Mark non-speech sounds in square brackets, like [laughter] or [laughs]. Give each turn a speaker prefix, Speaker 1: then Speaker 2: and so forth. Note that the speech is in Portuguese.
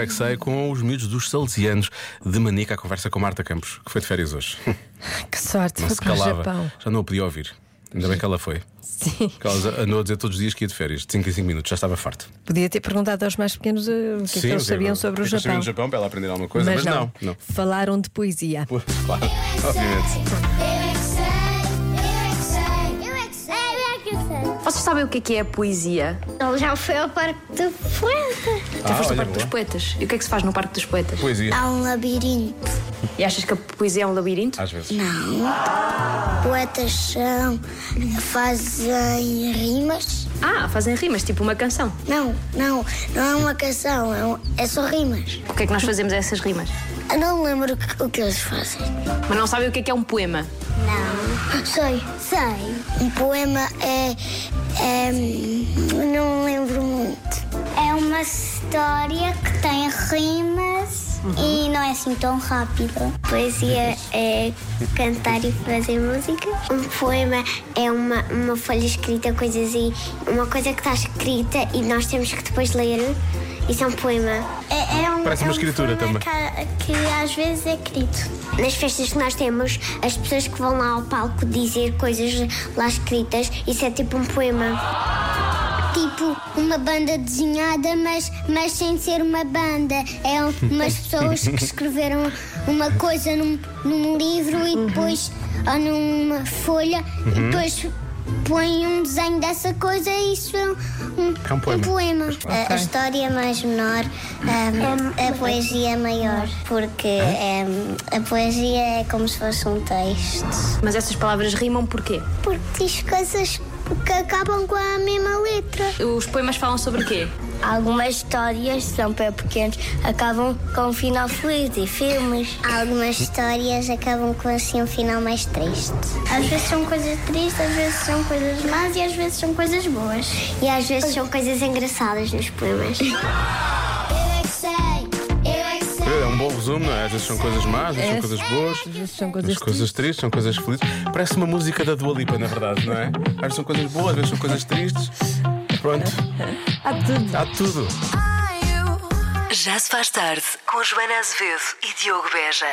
Speaker 1: é que sei com os miúdos dos salesianos de Manica à conversa com Marta Campos, que foi de férias
Speaker 2: [laughs]
Speaker 1: hoje.
Speaker 2: Que sorte,
Speaker 1: Não
Speaker 2: foi
Speaker 1: se
Speaker 2: para o
Speaker 1: calava.
Speaker 2: Japão.
Speaker 1: Já não a podia ouvir. Ainda bem que ela foi.
Speaker 2: Sim.
Speaker 1: Porque ela andou a dizer todos os dias que ia de férias, de 5 em 5 minutos, já estava farto.
Speaker 2: Podia ter perguntado aos mais pequenos eh, o que, é que eles
Speaker 1: sim,
Speaker 2: sabiam
Speaker 1: o que
Speaker 2: sobre o
Speaker 1: é que eles sabiam
Speaker 2: Japão.
Speaker 1: do Japão para ela aprender alguma coisa, mas, não. não.
Speaker 2: Falaram de poesia.
Speaker 1: Pois, Claro, obviamente.
Speaker 3: Vocês sabem o que é que é a poesia?
Speaker 4: Ele já foi ao parque de poeta.
Speaker 2: Então
Speaker 3: Já foste
Speaker 1: olha,
Speaker 3: ao Parque dos
Speaker 1: boa.
Speaker 3: Poetas? E o que é que se faz no Parque dos Poetas?
Speaker 1: Poesia,
Speaker 4: Há um labirinto.
Speaker 3: E achas que a poesia é um labirinto?
Speaker 1: às vezes.
Speaker 4: Poetas são que fazem rimas.
Speaker 3: Ah, fazem rimas, tipo uma canção.
Speaker 4: Não, não, não é uma canção, é, um- é só rimas.
Speaker 3: O que é que nós fazemos a essas rimas?
Speaker 4: Eu não lembro o que, o que eles fazem.
Speaker 3: Mas não sabem o que é que é um poema.
Speaker 4: Não. Sei, sei. Um poema é. é não lembro muito. É uma história que tem rimas
Speaker 1: Uhum.
Speaker 4: e não é assim tão rápida. Poesia é cantar e fazer música. Um poema é uma, uma folha escrita, coisas e. uma coisa que está escrita e nós temos que depois ler. Isso é um poema. É, um,
Speaker 1: Parece uma
Speaker 4: é um
Speaker 1: escritura
Speaker 4: poema
Speaker 1: também.
Speaker 4: que, que às vezes é escrito. Nas festas que nós temos, as pessoas que vão lá ao palco dizer coisas lá escritas, isso é tipo um poema. Tipo uma banda desenhada, mas, mas sem ser uma banda. É umas
Speaker 1: [laughs]
Speaker 4: pessoas que escreveram uma coisa num, num livro e
Speaker 1: Uhum.
Speaker 4: depois, ou numa folha, e depois põem um desenho dessa coisa e isso é um,
Speaker 1: É um poema.
Speaker 4: poema. A, a história é mais menor, um, a poesia maior, porque um, a poesia é como se fosse um texto.
Speaker 3: Mas essas palavras rimam porquê?
Speaker 4: Porque diz coisas que acabam com a mesma letra.
Speaker 3: Os poemas falam sobre quê?
Speaker 4: Algumas histórias são para pequenos, acabam com um final feliz e filmes. Algumas histórias acabam com assim um final mais triste. Às vezes são coisas tristes, às vezes são coisas más e às vezes são coisas boas. E às vezes são coisas engraçadas nos poemas. [laughs] Eu é que sei, eu é que sei.
Speaker 1: É um bom resumo, não é? Às vezes são coisas más, às vezes são
Speaker 2: É.
Speaker 1: coisas boas.
Speaker 2: Às vezes são
Speaker 1: As
Speaker 2: coisas.
Speaker 1: coisas tristes são coisas felizes. Parece uma música da Dua Lipa, na verdade, não é? Às vezes são coisas boas, às vezes são coisas tristes. Pronto,
Speaker 2: Há tudo.
Speaker 1: há tudo.
Speaker 4: Ah,
Speaker 5: Já se faz tarde com Joana Azevedo e Diogo Beja.